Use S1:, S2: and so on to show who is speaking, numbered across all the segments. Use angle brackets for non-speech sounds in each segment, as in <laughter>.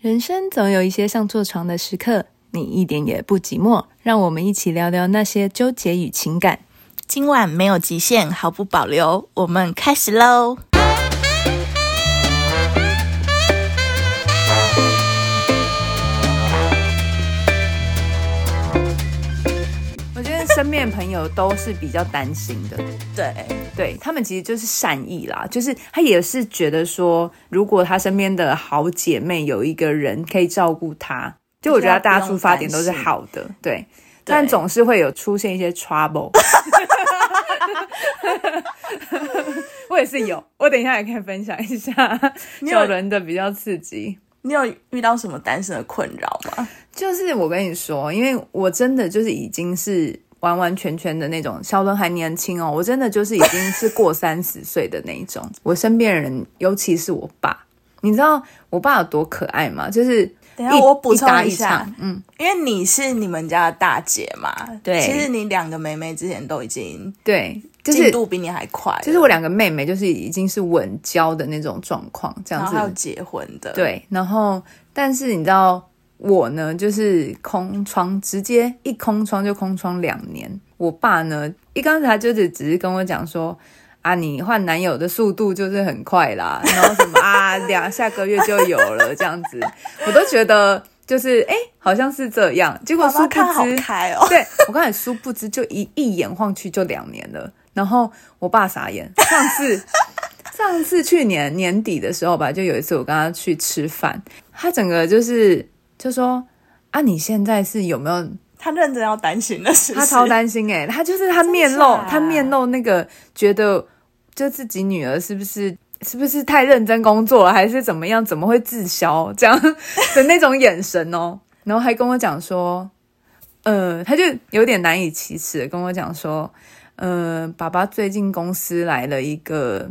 S1: 人生总有一些像坐床的时刻，你一点也不寂寞。让我们一起聊聊那些纠结与情感。
S2: 今晚没有极限，毫不保留，我们开始喽！
S1: 我觉得身边的朋友都是比较担心的，
S2: 对，
S1: 对他们其实就是善意啦，就是他也是觉得说，如果他身边的好姐妹有一个人可以照顾他，就我觉得大家出发点都是好的，对，但总是会有出现一些 trouble。我也是有，我等一下也可以分享一下
S2: 你有
S1: 小伦的比较刺激。
S2: 你有遇到什么单身的困扰吗？
S1: 就是我跟你说，因为我真的就是已经是完完全全的那种，小伦还年轻哦，我真的就是已经是过三十岁的那一种。我身边的人，尤其是我爸，你知道我爸有多可爱吗？就是
S2: 等一下我补充
S1: 搭
S2: 一
S1: 一
S2: 下
S1: 唱嗯，
S2: 因为你是你们家的大姐嘛，
S1: 对
S2: 其实你两个妹妹之前都已经
S1: 对，就是
S2: 进度比你还快了，
S1: 就是我两个妹妹，就是已经是稳交的那种状况，这
S2: 然
S1: 样
S2: 后
S1: 子
S2: 还有结婚的，，
S1: 对，然后但是你知道我呢，就是空窗，直接一空窗就空窗两年。我爸呢，一刚才就是只是跟我讲说。啊，你换男友的速度就是很快
S2: <laughs>
S1: 啦，然后什么啊，两下个月就有了这样子，我都觉得就是哎、好像是这样。结果
S2: 爸
S1: 殊
S2: 爸
S1: 不
S2: 看好
S1: 知，
S2: 开哦， <laughs>
S1: 对我刚才殊不知就一一眼晃去就两年了，然后我爸傻眼。上次上次去年年底的时候吧，就有一次我跟他去吃饭，他整个就是就说啊，你现在是有没有？
S2: 他认真要担心的是不
S1: 他
S2: 是，
S1: 超担心哎、他就是他面
S2: 真
S1: 露
S2: 假
S1: 他面露那个觉得就自己女儿是不是？是不是太认真工作了，还是怎么样？怎么会滞销这样的那种眼神哦？ <laughs> 然后还跟我讲说，呃，他就有点难以启齿地跟我讲说，呃，爸爸最近公司来了一个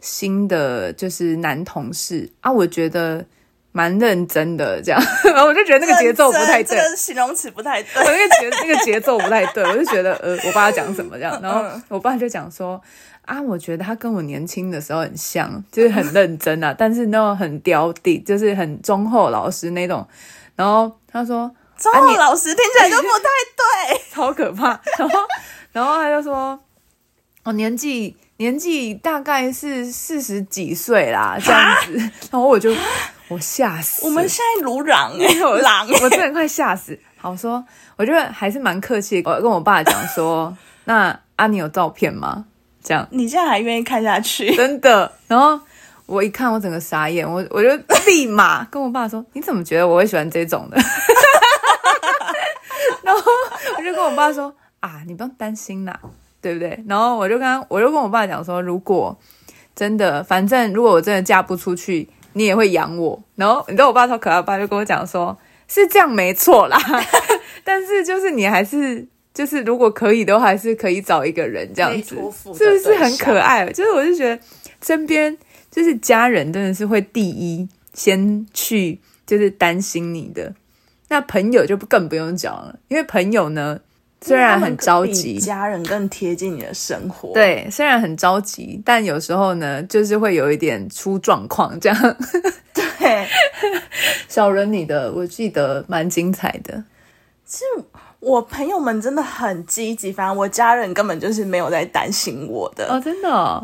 S1: 新的就是男同事啊，我觉得蛮认真的这样， <laughs> 然后我就觉得那个节奏不太
S2: 认真
S1: 对，
S2: 这个形容词不太对，
S1: 我就觉 <laughs> 得那个节奏不太对，我就觉得呃，我爸要讲什么这
S2: 嗯
S1: 样，然后我爸就讲说啊，我觉得他跟我年轻的时候很像，就是很认真啊，但是那种很刁地，就是很忠厚老实那种。然后他说
S2: 中
S1: 啊
S2: 后
S1: 你
S2: 老师听起来就
S1: <laughs>
S2: 不太对，
S1: 超可怕，然后然后他就说哦，年纪年纪大概是四十几岁啦，这样子。然后我就我吓死，
S2: 我们现在如狼哎，
S1: <laughs> 我
S2: 狼哎，
S1: 我真的快吓死。好我说，我觉得还是蛮客气的，我跟我爸讲说，那啊你有照片吗？这样
S2: 你现在还愿意看下去？
S1: 真的。然后我一看，我整个傻眼，我我就立马跟我爸说，你怎么觉得我会喜欢这种的？ <laughs> 然后我就跟我爸说啊，你不用担心啦，对不对？然后我就跟他我就跟我爸讲说，如果真的，反正如果我真的嫁不出去，你也会养我。然后你知道我爸超可爱，我爸就跟我讲说，是这样没错啦， <laughs> 但是就是你还是就是如果可以的话，还是可以找一个人这样子
S2: 可以托付，的
S1: 是不是
S2: 对
S1: 很可爱？就是我就觉得身边就是家人真的是会第一先去就是担心你的，那朋友就更不用讲了，因为朋友呢虽然很着
S2: 因为他们
S1: 急，
S2: 比家人更贴近你的生活。， <laughs>
S1: 对，虽然很着急，但有时候呢，就是会有一点出状况这
S2: <laughs>
S1: 样。
S2: 对
S1: 小人，你的我记得蛮精彩的，
S2: 我朋友们真的很积极，反正我家人根本就是没有在担心我的。
S1: 哦，真的、哦，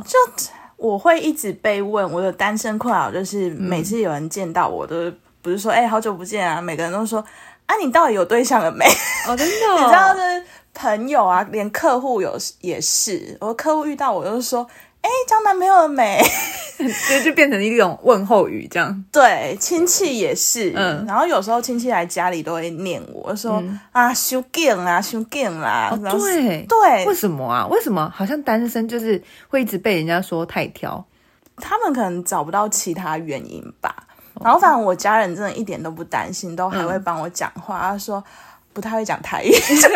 S2: 我会一直被问我的单身困扰，就是
S1: 嗯
S2: 每次有人见到我都不是说哎、好久不见啊，每个人都说啊你到底有对象了没？ <laughs>
S1: 哦，真的、
S2: 你知道就是朋友啊，连客户有也是，我客户遇到我都说哎、交男朋友了没？
S1: <laughs> 就就变成一种问候语这样。
S2: 对，亲戚也是，
S1: 嗯
S2: 然后有时候亲戚来家里都会念我说、啊，修 g 啦，修 g 啦，然后
S1: 哦对
S2: 对
S1: 为，什么啊？为什么好像单身就是会一直被人家说太挑？
S2: 他们可能找不到其他原因吧。
S1: 哦
S2: 然后反正我家人真的一点都不担心，都
S1: 嗯
S2: 还会帮我讲话，他说不太会讲台语， <laughs> 就是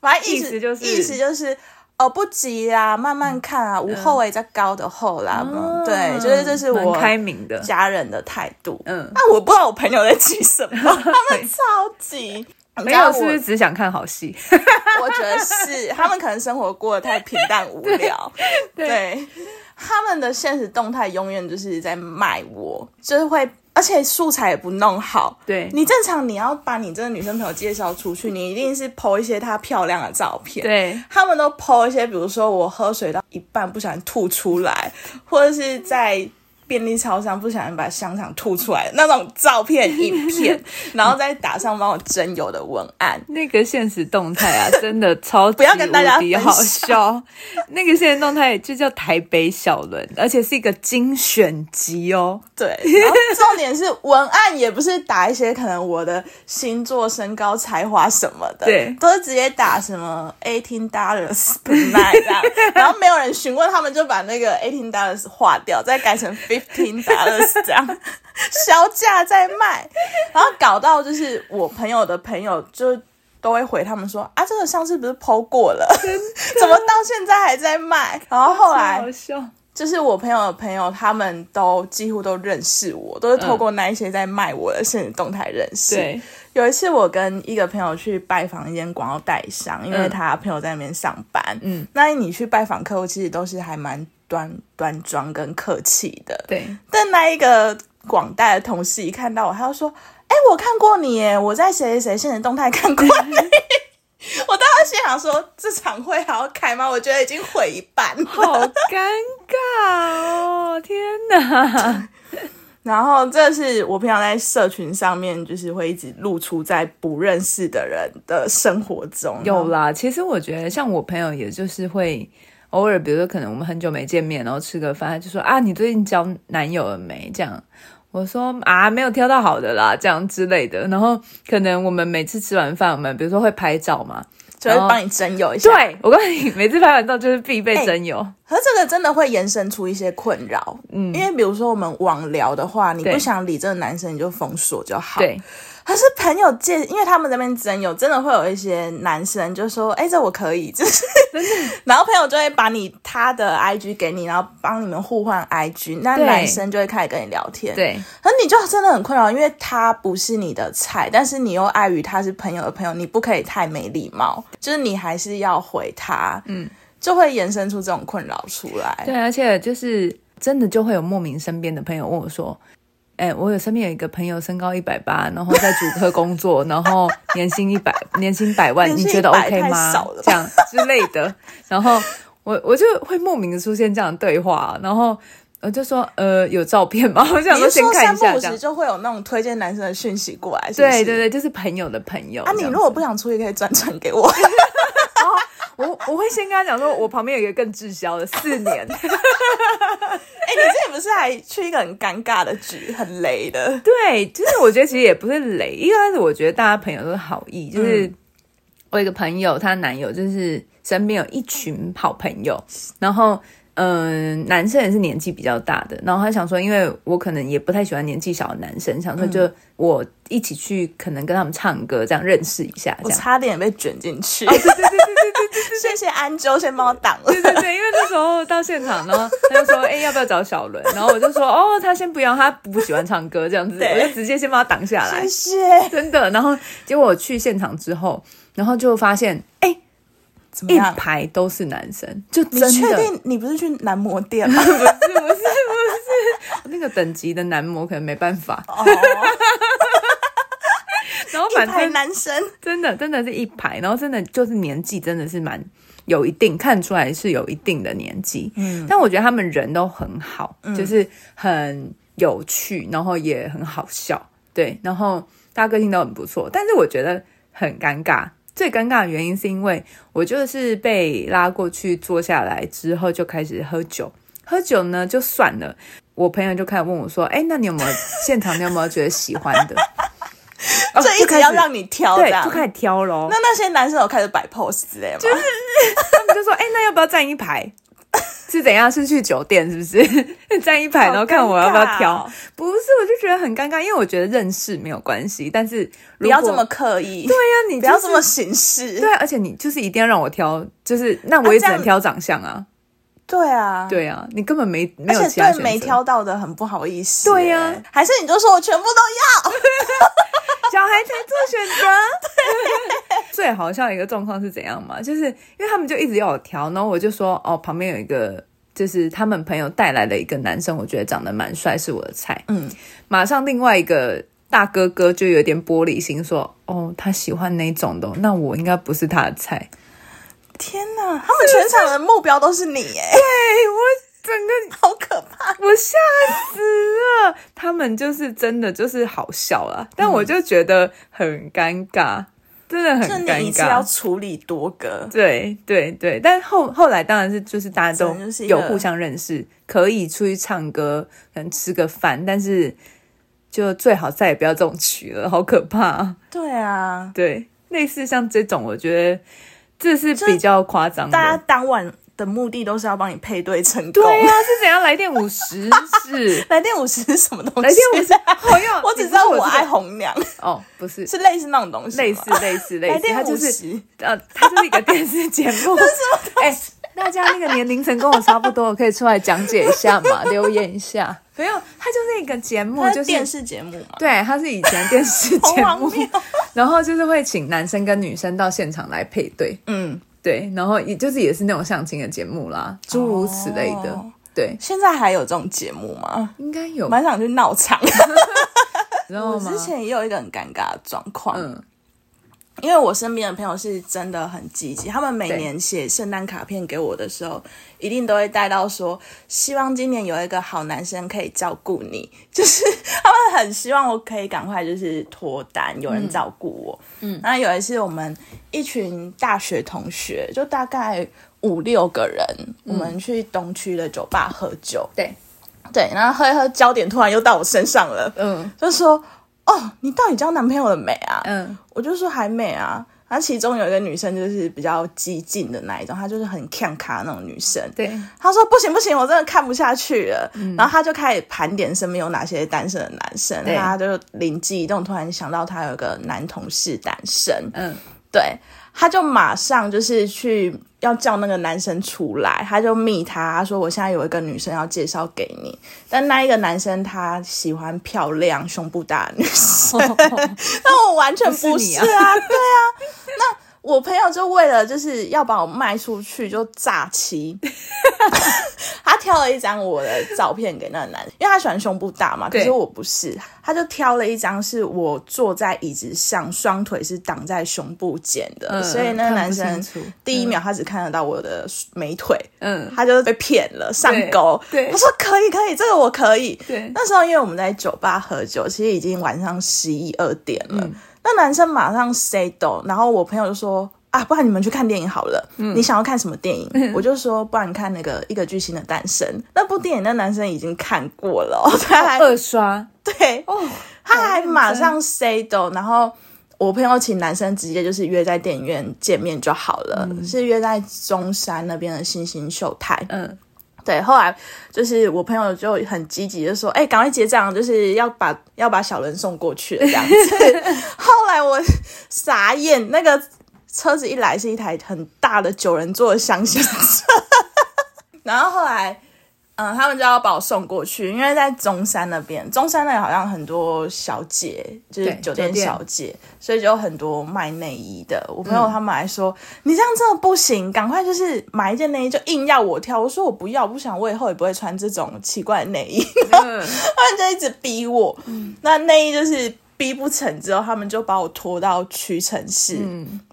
S2: 反正意
S1: 意思就是嗯
S2: 意思就是。哦，不急啦，慢慢看啊，无后为在高的后啦。嗯对，就是这是
S1: 蛮
S2: 我
S1: 开明的，
S2: 家人的态度。
S1: 嗯，
S2: 那我不知道我朋友在急什
S1: <laughs>
S2: 么，他们超急。
S1: 没有是
S2: 你知道
S1: 不
S2: 我
S1: 是只想看好戏？ <laughs>
S2: <laughs> 我觉得是，他们可能生活过得太平淡无
S1: <laughs>
S2: 聊，对他们的现实动态永远就是在卖我，就是会。而且素材也不弄好。
S1: 对
S2: 你正常你要把你这个女生朋友介绍出去，你一定是 PO 一些她漂亮的照片。
S1: 对
S2: 他们都 PO 一些，比如说我喝水到一半不小心吐出来，或者是在便利超商不小心把香肠吐出来那种照片
S1: <laughs>
S2: 影片，然后再打上帮我征友的文案。
S1: 那个现实动态
S2: <laughs>
S1: 啊，真的超级
S2: 不要跟大家
S1: 无敌
S2: 分
S1: 好
S2: 享
S1: 笑。 <laughs> 那个现实动态就叫台北小轮，而且是一个精选集哦。
S2: 对，然后重点是文案也不是打一些可能我的星座、身高、才华什么的，
S1: 对
S2: 都是直接打什么 eighteen dollars per night 这样，然后没有人询问，他们就把那个 eighteen dollars 划掉，再改成 fifteen dollars 这样，销价再卖，然后搞到就是我朋友的朋友就。都会回他们说啊，这个上次不是剖过了， <laughs> 怎么到现在还在卖？然后后来
S1: 超好笑，
S2: 就是我朋友的朋友，他们都几乎都认识我，都是透过那一些在卖我的现实动态认识。
S1: 对，
S2: 有一次我跟一个朋友去拜访一间广告代商，因为
S1: 嗯
S2: 他朋友在那边上班。
S1: 嗯，
S2: 那你去拜访客户，其实都是还蛮端端庄跟客气的。
S1: 对，
S2: 但那一个广代的同事一看到我，他就说：“哎、我看过你耶，我在谁谁谁现实动态看过你。” <laughs> 我当时心想说：“这场会还要开吗？我觉得已经毁一半了。”
S1: 好尴尬哦！天哪，
S2: 然后这是我平常在社群上面，就是会一直露出在不认识的人的生活中。
S1: 有啦。其实我觉得，像我朋友，也就是会偶尔，比如说可能我们很久没见面，然后吃个饭，他就说啊，你最近交男友了没？这样。我说啊，没有挑到好的啦，这样之类的。然后可能我们每次吃完饭，我们比如说会拍照嘛，
S2: 就会帮你征友一下。，
S1: 哦对，我告诉你，每次拍完照就是必备
S2: 哎
S1: 真友。
S2: 可是这个真的会延伸出一些困扰，嗯，因为比如说我们网聊的话，你
S1: 对
S2: 不想理这个男生，你就封锁就好。，
S1: 对，
S2: 可是朋友界，因为他们那边真有，真的会有一些男生就说：“哎、这我可以。” <laughs> 就是，然后朋友就会把你他的 IG 给你，然后帮你们互换 IG，那
S1: 对
S2: 男生就会开始跟你聊天。
S1: 对，
S2: 可你就真的很困扰，因为他不是你的菜，但是你又碍于他是朋友的朋友，你不可以太没礼貌，就是你还是要回他，嗯，就会延伸出这种困扰出来。
S1: 对，而且就是真的就会有莫名身边的朋友问我说：“哎、我有身边有一个朋友身高一百八，然后在主科工
S2: <laughs>
S1: 作，然后年薪一百，年薪百万，
S2: 年
S1: 你
S2: 薪
S1: 觉得
S2: 100
S1: OK
S2: 太
S1: 吗
S2: 少了吧？”
S1: 这样之类的，然后我我就会莫名的出现这样的对话，啊然后我就说：“呃，有照片吗？”啊我想
S2: 你
S1: 说
S2: 是
S1: 先
S2: 说
S1: 看
S2: 三
S1: 一
S2: 不
S1: 下
S2: 五
S1: 这样
S2: 时。就会有那种推荐男生的讯息过来？是不
S1: 对
S2: 是
S1: 对啊对，就是朋友的朋友
S2: 啊，
S1: 这
S2: 你
S1: 样
S2: 如果不想出去，可以转传给
S1: <laughs>
S2: 我。哎
S1: 我我会先跟他讲说，我旁边有一个更滞销的四年，
S2: 哎、你之前不是还去一个很尴尬的局，很雷的？
S1: 对，就是我觉得其实也不是雷，一开始我觉得大家朋友都是好意，就是我有一个朋友，她男友就是身边有一群好朋友，然后。嗯，男生也是年纪比较大的，然后他想说，因为我可能也不太喜欢年纪小的男生，想说就我一起去，可能跟他们唱歌，这样认识一下，这
S2: 我
S1: 样。
S2: 差点被卷进去。
S1: 哦对对对对对对
S2: 谢谢安啾先帮我挡了。
S1: 对对对，因为那时候到现场，然后他就说：“哎、要不要找小伦？”然后我就说：“哦，他先不要，他不喜欢唱歌这样子。”
S2: 对
S1: 我就直接先把他挡下来
S2: 谢，谢。
S1: <laughs> 真的。然后结果我去现场之后，然后就发现，哎、
S2: 怎么
S1: 一
S2: 样？
S1: 排都是男生，就真
S2: 你
S1: 的
S2: 确定你不是去男模店吗？
S1: 那个等级的男模可能没办法。
S2: 哦，
S1: <laughs> 然后 <laughs>
S2: 一
S1: 反
S2: 排
S1: 正
S2: 男生。
S1: <laughs> 真的真的是一排，然后真的就是年纪真的是蛮有一定看出来是有一定的年纪，嗯，但我觉得他们人都很好，
S2: 嗯
S1: 就是很有趣，然后也很好笑，对，然后大家个性都很不错，但是我觉得很尴尬。最尴尬的原因是因为我就是被拉过去坐下来之后就开始喝酒，喝酒呢就算了，我朋友就开始问我说：“哎、那你有没有现场你有没有觉得喜欢的？”
S2: <laughs>
S1: <laughs> 哦
S2: 这一
S1: 就开
S2: 直
S1: 始
S2: 要让你挑哦这
S1: 对，
S2: 样
S1: 就。开始挑喽
S2: 那。那些男生有开始摆 pose 之类吗？就是
S1: 他们就说：“哎、那要不要站一排？ <laughs> 是怎样？是去酒店是不是？ <laughs> 站一排，然后看
S2: 哦
S1: 我要不要挑？不是，我就觉得很尴尬，因为我觉得认识没有关系，但是
S2: 不
S1: 如果
S2: 要这么刻意，
S1: 对呀、你、
S2: <laughs> 不要这么形式。
S1: 对啊，而且你就是一定要让我挑，就是那我也
S2: 啊这
S1: 只
S2: 样
S1: 能挑长相啊，
S2: 对啊，，
S1: 对啊，你根本没没
S2: 而
S1: 有其
S2: 且
S1: 他
S2: 对
S1: 选
S2: 没
S1: 择。
S2: 挑到的很不好意思。
S1: 对呀
S2: 欸还是你就说我全
S1: <laughs>
S2: 部都
S1: 小孩才做选择。 <laughs> 最好笑的一个状况是怎样嘛？就是因为他们就一直要我调，然后我就说哦，旁边有一个就是他们朋友带来了一个男生，我觉得长得蛮帅，是我的菜。
S2: 嗯，
S1: 马上另外一个大哥哥就有点玻璃心，说：“哦，他喜欢哪种的哦？那我应该不是他的菜。”
S2: 天哪，他们全场的目标都是
S1: <laughs>
S2: 你哎，
S1: 对我整个
S2: 好可怕！
S1: <laughs> 我吓死了。他们就是真的就是好笑啦，但
S2: 嗯
S1: 我就觉得很尴尬，真的
S2: 就
S1: 很
S2: 你
S1: 尴
S2: 一次要
S1: 尬。
S2: 处理多个，
S1: 对对对，但后后来当然是就是大家都
S2: 真的就是一个
S1: 有互相认识，可以出去唱歌，可能吃个饭，但是就最好再也不要这种曲了，好可怕 <laughs> 啊、
S2: 对啊，
S1: 对，类似像这种，我觉得这是比较夸张的。
S2: 大家当晚的目的都是要帮你配对啊成功。
S1: 对呀、是怎样来电五十
S2: <laughs>
S1: 是？
S2: 来电五十是什么东西？
S1: 来电五十，好用。
S2: 我只
S1: 你
S2: 知道
S1: 我
S2: 我
S1: 这个
S2: 爱红娘，
S1: 哦，不是，
S2: 是类似那种东西吗，
S1: 类似类似类
S2: 来
S1: 似，它
S2: 电
S1: 就
S2: 五
S1: 是
S2: 十，
S1: 呃，它就是一个电视节 <laughs> 目。哎、大家那个年龄层跟我差不多，可以出来讲解一下嘛，留言一下。没有，它就是一个节目，
S2: 它
S1: 就是
S2: 电视节目 <laughs> 嘛，
S1: 对，它是以前电 <laughs> 视
S2: 好
S1: 节
S2: 荒
S1: 目，
S2: 谬。
S1: 然后就是会请男生跟女生到现场来配对，
S2: 嗯，
S1: 对，然后也就是也是那种相亲的节目啦，诸如此类的，
S2: 哦
S1: 对，
S2: 现在还有这种节目吗？
S1: 应该有，
S2: 蛮想去闹场。
S1: 知道
S2: 我
S1: 哦吗
S2: 之？前也有一个很尴尬的状况，
S1: 嗯，
S2: 因为我身边的朋友是真的很积极，他们每
S1: 对
S2: 年写圣诞卡片给我的时候，一定都会带到说，希望今年有一个好男生可以照顾你， <laughs> 就是他们很希望我可以赶快就是脱单，有人照顾我。嗯，那有一次我们一群大学同学，就大概五六个人，我
S1: 嗯
S2: 们去东区的酒吧喝酒，
S1: 对，
S2: 对，然后喝一喝，焦点突然又到我身上了，
S1: 嗯
S2: 就说。哦，你到底交男朋友了没啊？
S1: 嗯，
S2: 我就说还没啊。然后其中有一个女生就是比较激进的那一种，她就是很看卡那种女生。
S1: 对，嗯
S2: 她说不行不行，我真的看不下去了。然后她就开始盘点身边有哪些单身的男生，
S1: 对
S2: 她就灵机一动，突然想到她有一个男同事单身，
S1: 嗯， <laughs>
S2: 对，她就马上就是去要叫那个男生出来，她就密他，她说我现在有一个女生要介绍给你，但那一个男生他喜欢漂亮、胸部大的女生， <laughs> 那我完全不
S1: 不是你
S2: 是
S1: 啊
S2: 啊，对啊，那我朋友就为了就是要把我卖出去，就诈欺。 <laughs> 他挑了一张我的照片给那个男，因为他喜欢胸部大嘛，可
S1: 对
S2: 是我不是，他就挑了一张是我坐在椅子上，双腿是挡在胸部间的，
S1: 嗯
S2: 所以那个男
S1: 看
S2: 生
S1: 不清楚
S2: 第一秒他只看得到我的美腿，
S1: 嗯，
S2: 他就被骗了，上钩。
S1: 对对
S2: 他说可以可以，这个我可以。
S1: <laughs> 对
S2: 那时候因为我们在酒吧喝酒，其实已经晚上十一二点了。那男生马上 say no，然后我朋友就说。啊，不然你们去看电影好了。你想要看什么电影？我就说，不然看那个《一个巨星的诞生》那部电影，那男生已经看过了，他还
S1: 二刷，
S2: <laughs> 对
S1: 哦，
S2: 他还马上 say 的，然后我朋友请男生直接就是约在电影院见面就好了，是约在中山那边的星星秀台。
S1: <laughs> 嗯，
S2: 对，后来就是我朋友就很积极的说，哎、赶快结账，就是要把要把小人送过去了这样子。后来我 <laughs> 傻眼，那个车子一来是一台很大的九人座的厢型车， <laughs> 然后后来。嗯，他们就要把我送过去，因为在中山那边，中山那里好像很多小姐，就是
S1: 对
S2: 酒店
S1: 酒店
S2: 小姐，所以就有很多卖内衣的。我
S1: 嗯
S2: 朋友他们还说，你这样真的不行，赶快就是买一件内衣，就硬要我挑。我说我不要，我不想，我以后也不会穿这种奇怪的内衣。
S1: 嗯
S2: 他们就一直逼我，那内衣就是逼不成之后，他们就把我拖到屈臣氏，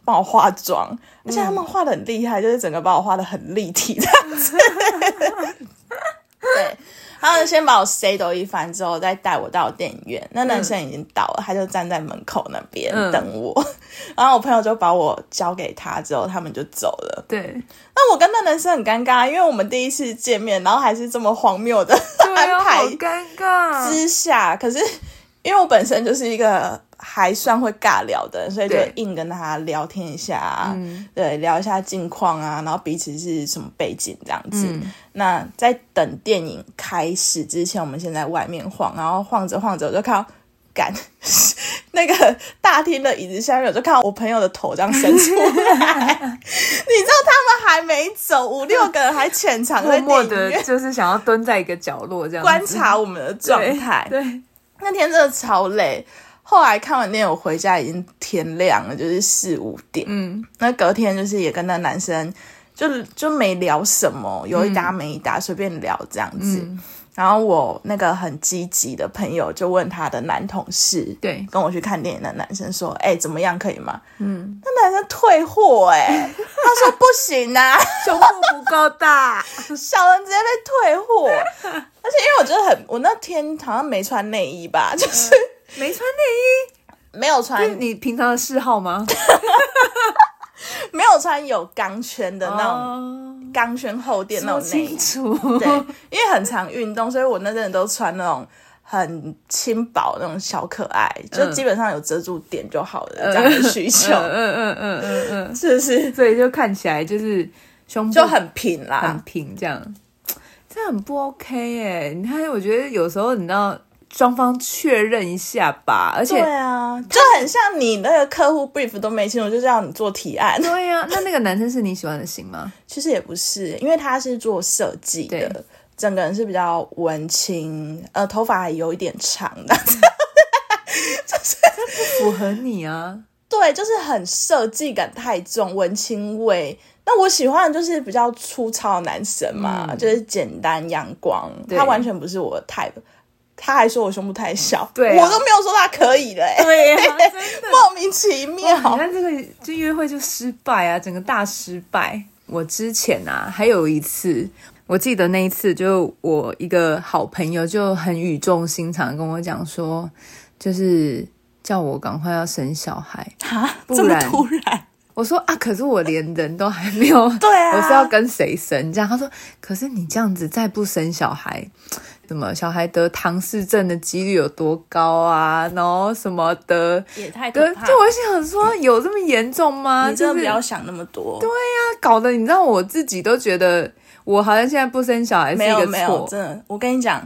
S2: 帮我化妆，而且他们画的很厉害，就是整个把我画的很立体这样子。 <laughs> 对，他们先把我塞到一番之后，再带我到电影院。那男生已经到了，他就站在门口那边、
S1: 嗯
S2: 等我， <laughs> 然后我朋友就把我交给他之后，他们就走了。
S1: 对，
S2: 那我跟那男生很尴尬，因为我们第一次见面，然后还是这么荒谬的
S1: 对
S2: 安
S1: 啊，
S2: 排
S1: 好尴尬，
S2: 之下，可是因为我本身就是一个还算会尬聊的人，所以就
S1: 对嗯
S2: 硬跟他聊天一下、啊，对，聊一下近况啊，然后彼此是什么背景这样子。
S1: 嗯
S2: 那在等电影开始之前，我们先在外面晃，然后晃着晃着，我就看到。干 <laughs> 那个大厅的椅子下面，我就看到我朋友的头这样伸出来。你知 <laughs> 道他们还没走，五六个人还潜藏在
S1: 默默
S2: 电影
S1: 的，
S2: 院
S1: 就是想要蹲在一个角落这样子
S2: 观察我们的状
S1: 对
S2: 态。
S1: 对，
S2: 那天真的超累。后来看完电影我回家已经天亮了，就是四五点。
S1: 嗯，
S2: 那隔天就是也跟那男生就就没聊什么，有一搭没一搭，随便聊这样子。然后我那个很积极的朋友就问他的男同事，
S1: 对
S2: 跟我去看电影的男生说：“哎、怎么样，可以吗？”嗯，那男生退货、哎，他说不行啊，
S1: 胸部不够大， <laughs>
S2: 小人直接被退货。而且因为我觉得很，我那天好像没穿内衣吧，就是
S1: 没穿内衣，
S2: 没有穿
S1: 是你平常的嗜好吗？
S2: 没有穿有钢圈的那种
S1: 哦，
S2: 钢圈厚垫那
S1: 说
S2: 种内
S1: 清
S2: 衣，
S1: 楚，
S2: 对，因为很常运动，所以我那阵子都穿那种很轻薄那种小可爱，就基本上有遮住点就好了，这样的需求
S1: 嗯嗯嗯嗯嗯，
S2: 是不是
S1: <laughs> 所以就看起来就是胸部
S2: 就很平
S1: 很
S2: 啦？
S1: 平这样，这很不 OK 哎。你看，我觉得有时候你知道双方确认一下吧，而
S2: 对
S1: 且
S2: 啊，就很像你那个客户 brief 都没清楚，就叫你做提案， <laughs>
S1: 对呀、那那个男生是你喜欢的型吗？
S2: 其实也不是，因为他是做设计的
S1: 对，
S2: 整个人是比较文青，呃，头发还有一点长的，
S1: 符合你啊，
S2: 对，就是很设计感太重，文青味。那我喜欢的就是比较粗糙的男生嘛，就是简单阳光，
S1: 嗯对
S2: 他完全不是我的 type。他还说我胸部太小，
S1: 对啊
S2: 我都没有说他可以的、欸，
S1: 对呀、真的。
S2: <laughs> 莫名其妙。
S1: 哦你看这个这约会就失败啊，整个大失败。我之前啊，还有一次，我记得那一次，就我一个好朋友就很语重心长地跟我讲说，就是叫我赶快要生小孩。
S2: 啊，
S1: 不
S2: 这么
S1: 然
S2: 突然？
S1: 我说啊，可是我连人都还没 <laughs> 有，
S2: 对啊
S1: 我是要跟谁生？这样他说，可是你这样子再不生小孩，怎么小孩得唐氏症的几率有多高啊？然后什么得
S2: 也太
S1: 得，就我想说有这么严重吗？
S2: 你真
S1: 就
S2: 的
S1: 是啊
S2: 不要想那么多。
S1: 搞得你让我自己都觉得，我好像现在不生小孩是
S2: 没
S1: 一
S2: 有
S1: 个
S2: 没有，
S1: 错。
S2: 真的，我跟你讲，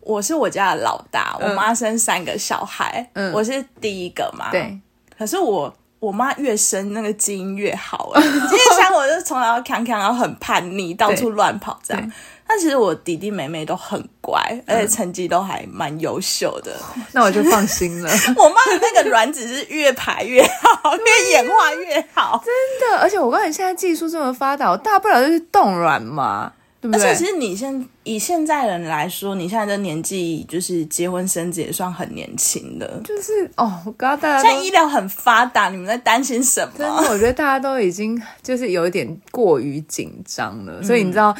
S2: 我是我家的老大，我妈生三个小孩，
S1: 嗯
S2: 我是第一个嘛。，
S1: 对，
S2: 可是我我妈越生那个基因越好、欸， <laughs> 因为像我就从小康康，然后很叛逆，到处乱跑这样
S1: 对。嗯
S2: 但其实我弟弟妹妹都很乖，而且成绩都还蛮优秀的。 <laughs>
S1: 那我就放心 <laughs> 了。
S2: 我妈的那个卵子是越排越
S1: <laughs>
S2: 好，越演化越好。
S1: 真的，而且我告诉你，现在技术这么发达，我大不了就是冻卵嘛，对不
S2: 而且
S1: 对
S2: 其？实你现以现在人来说，你现在的年纪就是结婚生子也算很年轻的。
S1: 就是哦，我告诉大家
S2: 现在
S1: 都，
S2: 医疗很发达，你们在担心什
S1: 真
S2: 么？
S1: 的，我觉得大家都已经就是有一点过于紧张了，所以你知道。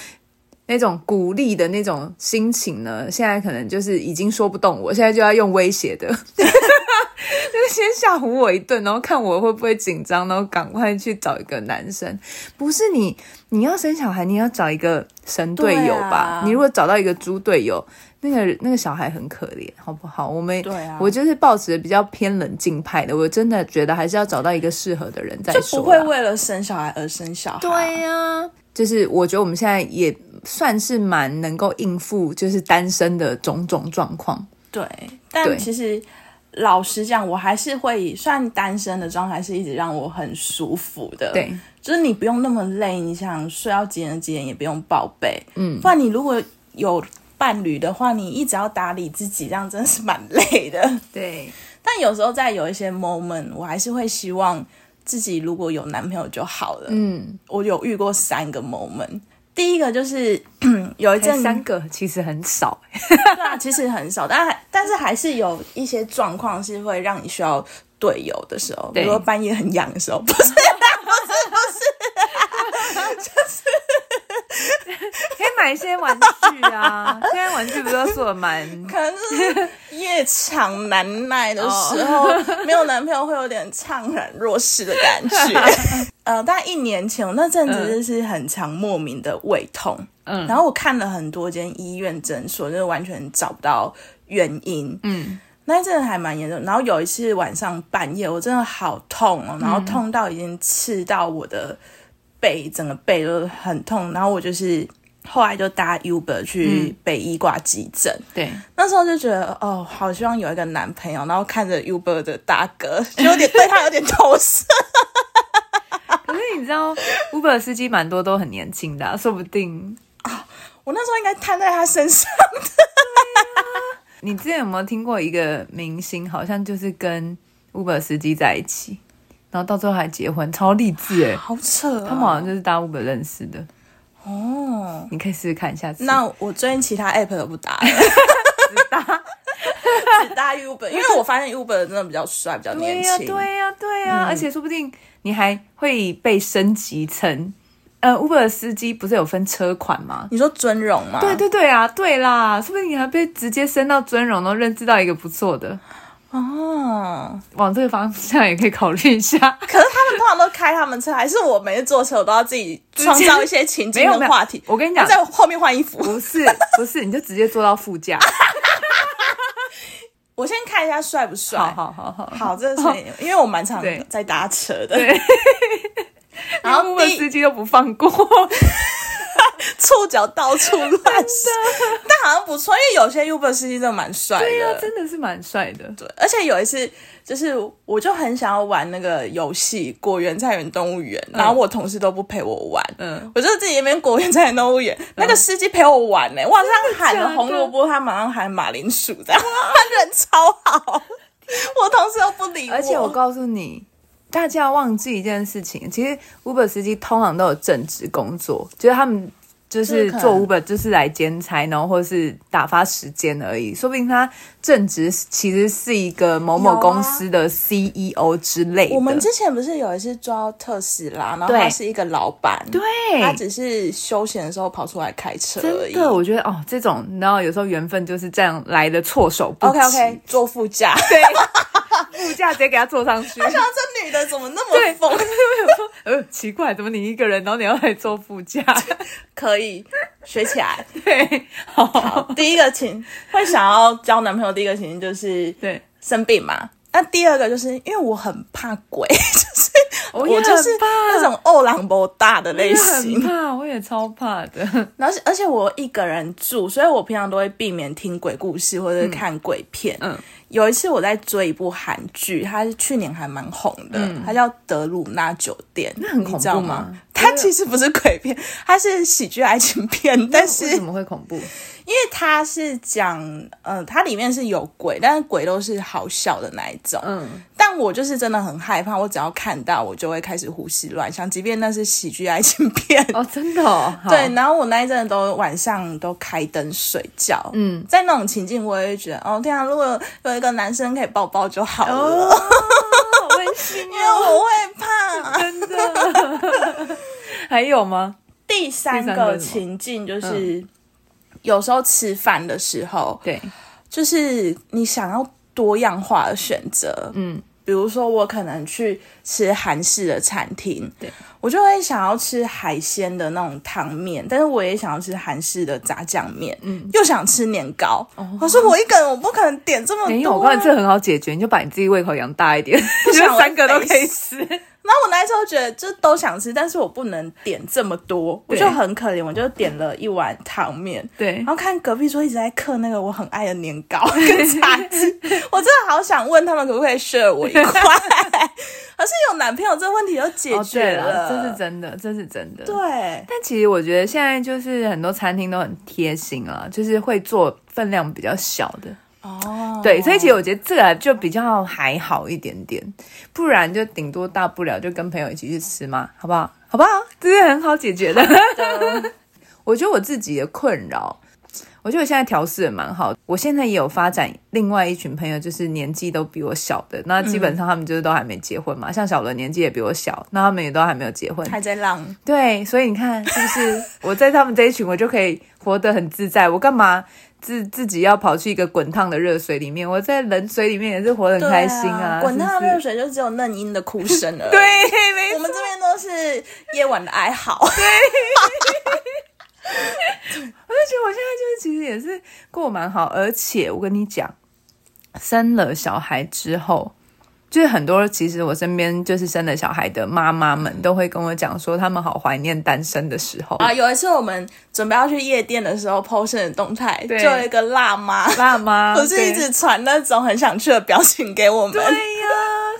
S1: 那种鼓励的那种心情呢，现在可能就是已经说不动我，现在就要用威胁的， <laughs> 就是先吓唬我一顿，然后看我会不会紧张，然后赶快去找一个男生。不是你，你要生小孩，你要找一个神队友吧？
S2: 对啊
S1: 你如果找到一个猪队友，那个那个小孩很可怜，好不好？我们
S2: 对啊
S1: 我就是抱持比较偏冷静派的，我真的觉得还是要找到一个适合的人再
S2: 就
S1: 说
S2: 不
S1: 啦。
S2: 会为了生小孩而生小孩。
S1: 对啊呀、就是我觉得我们现在也算是蛮能够应付，就是单身的种种状况。
S2: 对，
S1: 对
S2: 但其实老实讲，我还是会以算单身的状态，是一直让我很舒服的。
S1: 对，
S2: 就是你不用那么累，你想睡到几点几点也不用报备。嗯，不然你如果有伴侣的话，你一直要打理自己，这样真的是蛮累的。
S1: 对，
S2: 但有时候在有一些 moment，我还是会希望自己如果有男朋友就好了。
S1: 嗯，
S2: 我有遇过三个 moment。第一个就是 <clears throat> 有一
S1: 这
S2: 阵
S1: 哎三个其实很少、欸
S2: <laughs> 对啊，其实很少，但还但是还是有一些状况是会让你需要队友的时候，比
S1: 对
S2: 如说半夜很痒的时候，不是
S1: <laughs> 可以买一些玩具啊， <laughs> 现在玩具不都做的蛮……
S2: 可能就是夜长难耐的时候，
S1: 哦
S2: <laughs> 没有男朋友会有点怅然若失的感
S1: <laughs>
S2: 觉。呃，但一年前我那阵子就是很常莫名的胃痛，
S1: 嗯
S2: 然后我看了很多间医院诊所，就是完全找不到原因，
S1: 嗯，
S2: 那一阵还蛮严重。然后有一次晚上半夜，我真的好痛
S1: 嗯
S2: 哦，然后痛到已经刺到我的背，整个背都很痛。然后我就是后来就搭 Uber
S1: 嗯
S2: 去北医挂急诊，
S1: 对，
S2: 那时候就觉得哦，好希望有一个男朋友，然后看着 Uber 的大哥，就有点对他有点投射。
S1: 可是你知道，Uber 司机蛮多都很年轻的啊、说不定
S2: 我那时候应该摊在他身上，
S1: 你之前有没有听过一个明星，好像就是跟 Uber 司机在一起？然后到最后还结婚，超励志哎！
S2: 好扯、啊。
S1: 他们好像就是搭 Uber 认识的，
S2: 哦，
S1: 你可以试试看，下次
S2: 那我最近其他 app 都不
S1: <laughs>
S2: 搭了，只搭只搭 Uber，因为我发现 Uber 真的比较帅，比较
S1: 对
S2: 年
S1: 呀、啊
S2: 轻。
S1: 对呀、对呀、而且说不定你还会被升级成，呃，Uber 司机不是有分车款吗？
S2: 你说尊荣吗？
S1: 对对对啊，对啦，说不定你还被直接升到尊荣，都认识到一个不错的，
S2: 哦，
S1: 往这个方向也可以考虑一下。
S2: 可是他们通常都开他们车，还是我每次坐车我都要自己创造一些情
S1: 没
S2: 境
S1: 有没
S2: 跟
S1: 有
S2: 话题，
S1: 我跟你讲，
S2: 在后面换衣服。
S1: 不是不是，你就直接坐到副驾。
S2: 我先看一下帅不帅。
S1: 好好好
S2: <laughs>
S1: 好，
S2: 好，这个是因为我蛮常
S1: 对
S2: 在搭车的，
S1: 对
S2: <laughs> 然后
S1: Uber
S2: 第一
S1: 司机都不放过。
S2: 触角到处乱射，但好像不错，因为有些 Uber 司机真的蛮帅
S1: <laughs>
S2: 的。
S1: 对啊呀、真的是蛮帅的。
S2: 对，而且有一次，就是我就很想要玩那个游戏《果园菜园动物园》，然后我同事都不陪我玩，
S1: 嗯，
S2: 我就自己那边《果园菜园动物园》，那个司机陪我玩呢、我好像喊
S1: 假
S2: 了
S1: 的
S2: 红萝卜，他马上喊马铃薯，这样他人超好，我同事都不理我，
S1: 而且我告诉你，大家要忘记一件事情，其实 Uber 司机通常都有正职工作，就是他们就
S2: 就
S1: 是
S2: 是可能
S1: 做 Uber 就是来兼差，然后或是打发时间而已。说不定他正职其实是一个某某
S2: 有啊
S1: 公司的 CEO 之类的。
S2: 我们之前不是有一次抓到特斯拉，然后
S1: 对
S2: 他是一个老板，
S1: 对，
S2: 他只是休闲的时候跑出来开车而
S1: 真
S2: 已。
S1: 的，我觉得哦，这种你知道，有时候缘分就是这样来的措手不及。
S2: OK OK，坐副驾。 <laughs>
S1: 对，副驾直接给他坐上去。
S2: 像这女的怎么那
S1: 对
S2: 么
S1: <laughs>
S2: 疯？
S1: 呃，奇怪，怎么你一个人，然后你要来坐副驾？
S2: 可以学起来。
S1: <laughs> 对，好，
S2: 第一个情会想要交男朋友，第一个情境就是
S1: 对，
S2: 生病嘛。那第二个就是因为我很怕鬼，就是
S1: 我也
S2: 我就是
S1: 很怕
S2: 那种欧朗博大的
S1: 我
S2: 类
S1: 也很
S2: 型。
S1: 怕，我也超怕的。
S2: 然后是而且我一个人住，所以我平常都会避免听鬼故事或者是看鬼片。
S1: 嗯
S2: 有一次我在追一部韩剧，它是去年还蛮红的，它叫《德鲁纳酒店》，那
S1: 嗯很恐怖吗
S2: 知道吗？ <laughs> 它其实不是鬼片，它是喜剧爱情片，但是
S1: 为什么会恐怖？
S2: 因为它是讲，呃，它里面是有鬼，但是鬼都是好笑的那一种。
S1: 嗯，
S2: 但我就是真的很害怕，我只要看到我就会开始胡思乱想，即便那是喜剧爱情片。
S1: 哦，真的哦，好
S2: 对，，然后我那一阵都晚上都开灯睡觉，嗯，在那种情境，我也会觉得，哦天啊，如果有一个男生可以抱抱就好了，
S1: 哦 <laughs> 好温馨
S2: 因为我会怕。
S1: 哦，真的。还有吗？
S2: 第三
S1: 第三个
S2: 个
S1: 是什么嗯
S2: 情境就是，有时候吃饭的时候，
S1: 对，
S2: 就是你想要多样化的选择，嗯，比如说我可能去吃韩式的餐厅，
S1: 对
S2: 我就会想要吃海鲜的那种汤面，但是我也想要吃韩式的炸酱面，嗯，又想吃年糕，可是我一个人我不可能点这么
S1: 哦没有，我
S2: 多、
S1: 告诉你，，
S2: 啊
S1: 这很好解决，你就把你自己胃口养大一点，就
S2: 想
S1: 三个
S2: 我
S1: 都
S2: 会
S1: 可以吃。
S2: 然后我那时候觉得就都想吃，但是我不能点这么多，我
S1: 对
S2: 就很可怜，我就点了一碗汤面，
S1: 对
S2: 然，后看隔壁桌一直在刻那个我很爱的年糕跟茶几，我真的好想问他们可不可以 share 我一块。可是有男朋友这个问题就解
S1: 哦，对
S2: 决
S1: 了，这是
S2: 对
S1: 真的，这是真的。
S2: 对，
S1: 但其实我觉得现在就是很多餐厅都很贴心啊，就是会做分量比较小的。
S2: 哦，
S1: 对，所以其实我觉得这个就比较还好一点点，不然就顶多大不了就跟朋友一起去吃嘛，好不好？好不好？这是很好解决的。 <laughs> 我觉得我自己的困扰，我觉得我现在调试的蛮好。我现在也有发展另外一群朋友，就是年纪都比我小的，那基本上他们就是都还没结婚嘛。像小伦年纪也比我小，那他们也都还没有结婚，
S2: 还在浪，
S1: 对，所以你看，是不是我在他们这一群，我就可以活得很自在？我干嘛自自己要跑去一个滚烫的热水里面？我在冷水里面也是活得很开心
S2: 对
S1: 啊！
S2: 滚烫
S1: 是不是
S2: 热水就只有嫩音的哭声了。
S1: <laughs> 对，，没
S2: 我们这边都是夜晚的
S1: <laughs>
S2: 哀嚎。
S1: 我就觉得我现在就是其实也是过得蛮好，而且我跟你讲，生了小孩之后，就是很多其实我身边就是生了小孩的妈妈们都会跟我讲说，他们好怀念单身的时候。
S2: 啊，有一次我们准备要去夜店的时候，PO 的动态，就
S1: 对
S2: 有一个辣妈，
S1: 爸妈
S2: 不是
S1: 对
S2: 一直传那种很想去的表情给我们。
S1: 对呀、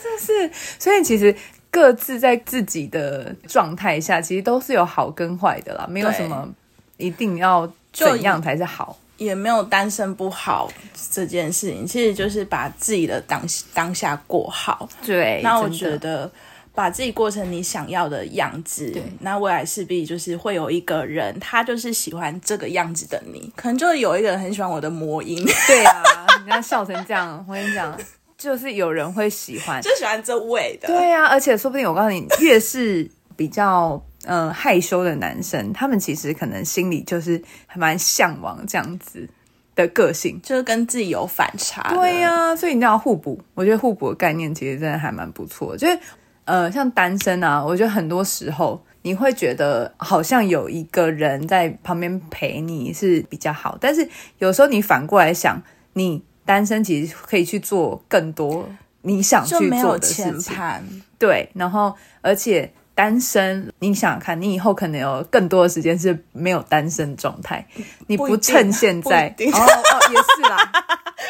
S1: 是不是？所以其实各自在自己的状态下，其实都是有好跟坏的啦，没有
S2: 对
S1: 什么一定要怎样才是好。
S2: 也没有单身不好这件事情，其实就是把自己的当当下过好。
S1: 对
S2: 那我
S1: 真的
S2: 觉得把自己过成你想要的样子，
S1: 对
S2: 那未来势必就是会有一个人，他就是喜欢这个样子的你，可能就有一个人很喜欢我的魔音， <laughs>
S1: 对啊，人家笑成这样，我跟你讲， <laughs> 就是有人会喜欢。
S2: 就喜欢这味的。
S1: 对啊，而且说不定我告诉你，越是比较嗯、呃害羞的男生，他们其实可能心里就是还蛮向往这样子的个性。
S2: 就是跟自己有反差的。
S1: 对呀、所以你知道互补，我觉得互补的概念其实真的还蛮不错的。就是呃，像单身啊，我觉得很多时候你会觉得好像有一个人在旁边陪你是比较好，但是有时候你反过来想，你单身其实可以去做更多你想
S2: 就
S1: 去
S2: 没有
S1: 做的事
S2: 前
S1: 情。
S2: 盘，
S1: 对，然后而且单身，你想想看，你以后可能有更多的时间是没有单身状态，你
S2: 不一定啊
S1: 趁现在
S2: 不一定
S1: 哦哦也是啦，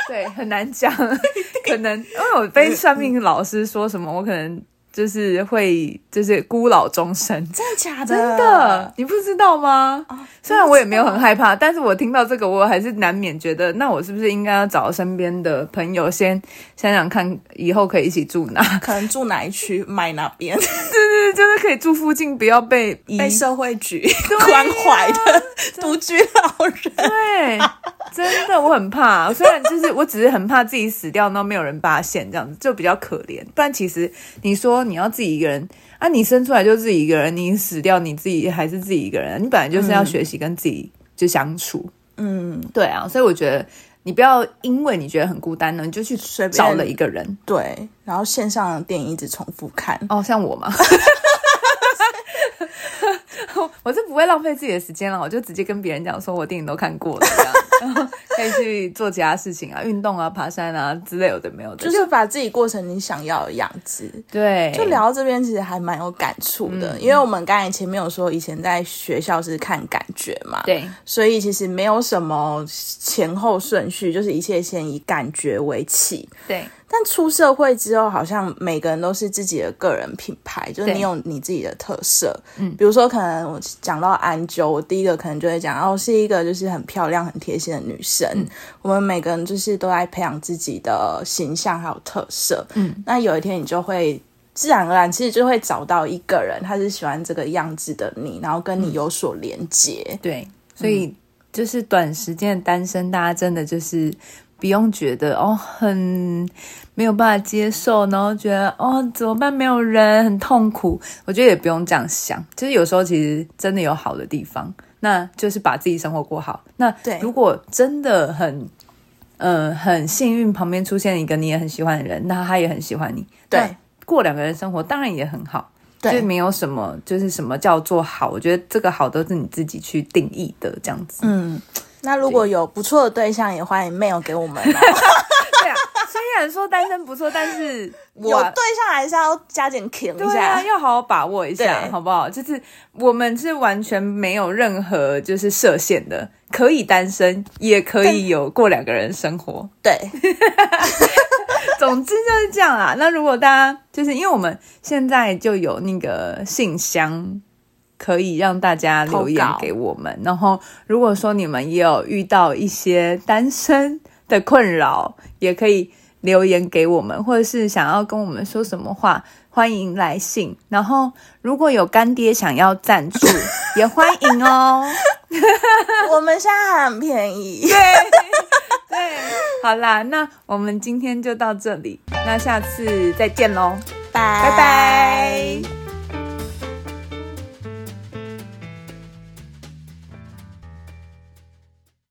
S1: 对，很难
S2: <laughs>
S1: 讲，可能因为我被算命老师说什么，我可能就是会就是孤老终生。
S2: 真的假的？
S1: 真的，你不知道吗？
S2: 哦
S1: 虽然我也没有很害怕，但是我听到这个，我还是难免觉得，那我是不是应该要找身边的朋友先想想看，以后可以一起住哪？
S2: 可能住哪一区，买哪边，
S1: 就是就是可以住附近，不要 <laughs> 被移
S2: 被社会局 <laughs> 关怀的独居老人。 <laughs>
S1: 对，真的我很怕。虽然就是我只是很怕自己死掉，然后没有人发现，这样子就比较可怜。不然其实你说你要自己一个人啊，你生出来就自己一个人，你死掉你自己还是自己一个人，你本来就是要学习跟自己就相处。
S2: 嗯，
S1: 对啊，所以我觉得你不要因为你觉得很孤单呢，你就去
S2: 随便
S1: 找了一个人。
S2: 对。然后线上的电影一直重复看，
S1: 哦，像我嘛。 <laughs> 我是不会浪费自己的时间了，我就直接跟别人讲说，我电影都看过了，这样然后可以去做其他事情啊，运动啊、爬山啊之类有的没有的，
S2: 就是把自己过成你想要的样子。
S1: 对，
S2: 就聊到这边，其实还蛮有感触的，因为我们刚才前面有说，以前在学校是看感觉嘛，
S1: 对
S2: 所以其实没有什么前后顺序，就是一切先以感觉为起。
S1: 对
S2: 但出社会之后，好像每个人都是自己的个人品牌，就是
S1: 对
S2: 你有你自己的特色。嗯，比如说，可能我讲到安啾，我第一个可能就会讲，哦，是一个就是很漂亮、很贴心的女生。我们每个人就是都在培养自己的形象还有特色。嗯，那有一天你就会自然而然，其实就会找到一个人，他是喜欢这个样子的你，然后跟你有所连接。
S1: 对，所以就是短时间的单身，大家真的就是不用觉得哦很没有办法接受，然后觉得哦怎么办没有人很痛苦，我觉得也不用这样想，就是有时候其实真的有好的地方，那就是把自己生活过好。那
S2: 对
S1: 如果真的很。呃，很幸运，旁边出现一个你也很喜欢的人，那他也很喜欢你，
S2: 对
S1: 那过两个人生活当然也很好。
S2: 对
S1: 就没有什么，就是什么叫做好，我觉得这个好都是你自己去定义的，这样子。
S2: 嗯，那如果有不错的对象，也欢迎 mail 给我们、哦。
S1: 对啊， <laughs> 虽然说单身不错，但是
S2: <laughs> 有啊
S1: 我
S2: 对象还是要加减 king 一
S1: 对啊，
S2: 下。
S1: 要好好把握一下，
S2: 对
S1: 好不好？就是我们是完全没有任何就是设限的，可以单身，也可以有过两个人生活。
S2: 对
S1: <laughs> 总之就是这样啦。那如果大家就是因为我们现在就有那个信箱，可以让大家留言
S2: 投稿
S1: 给我们。然后如果说你们也有遇到一些单身的困扰，也可以留言给我们，或者是想要跟我们说什么话，欢迎来信。然后如果有干爹想要赞助，也欢迎
S2: <laughs>
S1: 哦。
S2: 我们现在还很便宜，
S1: 对，好啦，那我们今天就到这里，那下次再见喽。
S2: 拜
S1: 拜拜